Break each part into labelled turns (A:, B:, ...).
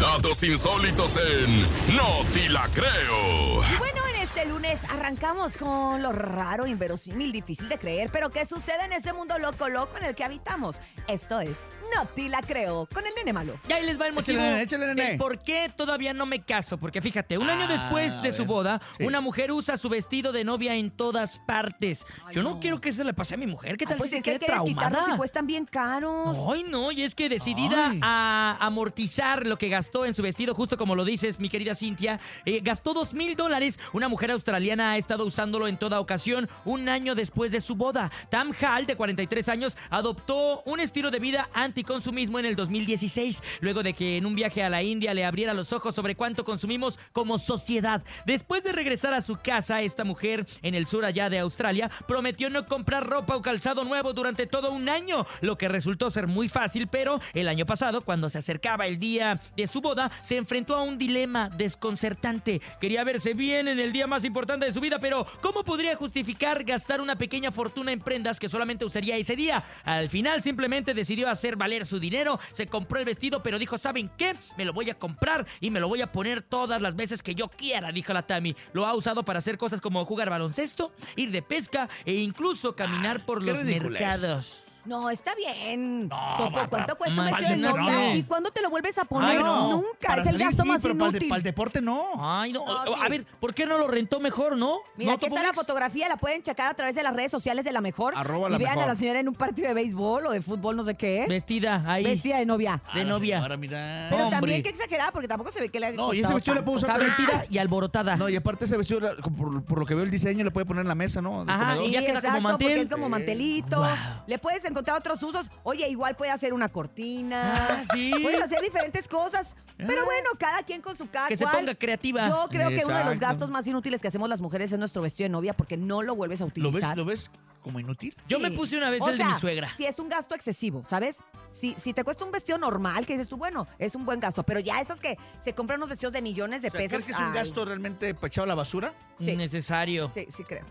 A: Datos insólitos en No Te La Creo.
B: Y Bueno, en este lunes arrancamos con lo raro, inverosímil, difícil de creer, pero ¿qué sucede en ese mundo loco loco en el que habitamos? Esto es No Te La Creo, con el nene malo.
C: Y ahí les va el motivo
D: Échale, nene, échale, nene.
C: del por qué todavía no me caso. Porque fíjate, un año
D: Ah,
C: después
D: a
C: de su
D: ver.
C: boda,
D: Sí.
C: una mujer usa su vestido de novia en todas partes.
B: Ay,
C: Yo no,
B: no.
C: quiero que se le pase a mi mujer. ¿Qué
B: Ah,
C: tal
B: pues
C: si
B: es
C: se
B: que
C: quede
B: quieres quitarlos
C: traumada?
B: si cuestan bien caros.
C: Ay, no, y es que decidida
D: Ay.
C: a amortizar lo que gastó en su vestido, justo como lo dices, mi querida Cintia, eh, gastó dos mil dólares. Una mujer australiana ha estado usándolo en toda ocasión un año después de su boda. Tam Hall, de 43 años, adoptó un estilo de vida anticonsumismo en el 2016, luego de que en un viaje a la India le abriera los ojos sobre cuánto consumimos como sociedad. Después de regresar a su casa, esta mujer en el sur allá de Australia prometió no comprar ropa o calzado nuevo durante todo un año, lo que resultó ser muy fácil, pero el año pasado, cuando se acercaba el día de su boda, se enfrentó a un dilema desconcertante. Quería verse bien en el día más importante de su vida, pero ¿cómo podría justificar gastar una pequeña fortuna en prendas que solamente usaría ese día? Al final simplemente decidió hacer valer su dinero, se compró el vestido, pero dijo, ¿saben qué? Me lo voy a comprar y me lo voy a poner todas las veces que yo quiera, dijo la Tami. Lo ha usado para hacer cosas como jugar baloncesto, ir de pesca e incluso caminar por
D: qué
C: los
D: ridiculez.
C: mercados.
B: No, está bien.
D: No,
B: ¿Cu- cu-
D: va-
B: ¿Cuánto
D: va-
B: cuesta un
C: va-
B: vestido de
C: va-
B: novia?
D: no.
B: ¿Y cuándo te lo vuelves a poner?
C: Ay, no.
B: Nunca,
D: Para
B: es el
D: salir,
B: gasto
D: sí,
B: más
D: pero para el de-
B: inútil.
D: Para el deporte no.
C: Ay, no.
B: No,
C: A
B: sí.
C: ver, ¿por qué no lo rentó mejor, no?
B: Mira,
C: ¿No,
B: aquí está
C: Topo
B: la
C: Mix?
B: fotografía, la pueden checar a través de las redes sociales de La Mejor.
D: Arroba La
B: y vean
D: Mejor.
B: a la señora en un partido de béisbol o de fútbol, no sé qué es.
C: Vestida ahí.
B: Vestida de novia.
C: de
D: la
C: novia.
D: señora, mira.
B: Pero
C: hombre.
B: también qué exagerada, porque tampoco se ve que le haya
D: No, y ese
B: costado
D: vestido le puedo
B: tanto.
D: usar
C: Está
D: para-
B: Está
C: vestida y alborotada.
D: No, y aparte ese vestido, la- por, por lo que veo el diseño, le puede poner en la mesa, ¿no? Del
C: Ajá,
D: comedor.
C: y ya
B: Sí,
C: queda como
B: exacto,
C: mantel.
B: porque es como mantelito.
C: Guau.
B: Le puedes encontrar otros usos. Oye, igual puede hacer una cortina.
C: Ah, sí. Ah.
B: Puedes hacer diferentes cosas. Pero bueno, cada quien con su cada
C: Que se
B: cual.
C: ponga creativa.
B: Yo creo que uno de los
D: Exacto.
B: gastos más inútiles que hacemos las mujeres es nuestro vestido de novia porque no lo vuelves a
D: ¿Lo ves,
B: utilizar.
D: ¿Lo ves como inútil?
C: Yo me
B: Sí.
C: puse una vez
B: O
C: el de mi
B: sea,
C: suegra.
B: Si es un gasto excesivo, ¿sabes? Si, si te cuesta un vestido normal, que dices tú, bueno, es un buen gasto. Pero ya esas que se compran unos vestidos de millones de
D: O sea,
B: pesos.
D: ¿Crees que es un
B: ay,
D: gasto realmente pa' echado a la basura?
B: Sí,
C: Innecesario.
B: sí, sí creo.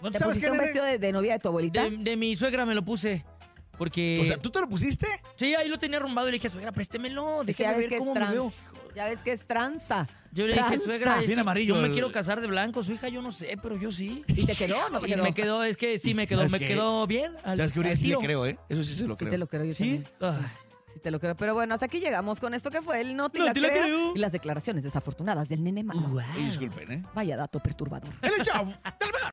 D: ¿No
B: ¿Te pusiste un
D: nene?
B: vestido de, de novia de tu abuelita?
C: De, de mi suegra me lo puse. Porque.
D: O sea, ¿tú te lo pusiste?
C: Sí, ahí lo tenía arrumbado y le dije, suegra, préstemelo.
B: Es que ya
C: Déjame
B: ves
C: ver
B: que es
C: cómo me
B: trans.
C: veo.
B: Ya ves que es tranza.
C: Yo le dije,
B: Tranza.
C: suegra, es
D: Bien
C: que
D: amarillo
C: yo me
D: el-
C: quiero casar de blanco. Su hija, yo no sé, pero yo sí.
B: ¿Y te quedó o no te
C: Y
B: quedó?
C: me quedó, es que sí me quedó,
D: ¿Sabes
C: me
D: qué?
C: quedó bien. al-
D: ¿Sabes qué, Uriel?
C: al
D: Sí le
C: tiro.
D: creo, ¿eh? Eso sí se lo
B: Sí
D: creo.
B: te lo creo yo
C: Sí.
B: también.
C: Ay.
B: Sí te lo creo. Pero bueno, hasta aquí llegamos con esto que fue el No te,
C: No
B: la,
C: te la
B: creo.
C: creo.
B: Y las declaraciones desafortunadas del nene malo.
C: Guau.
D: Ay, disculpen, ¿eh?
B: Vaya dato perturbador.
D: ¡El chavo! ¡Del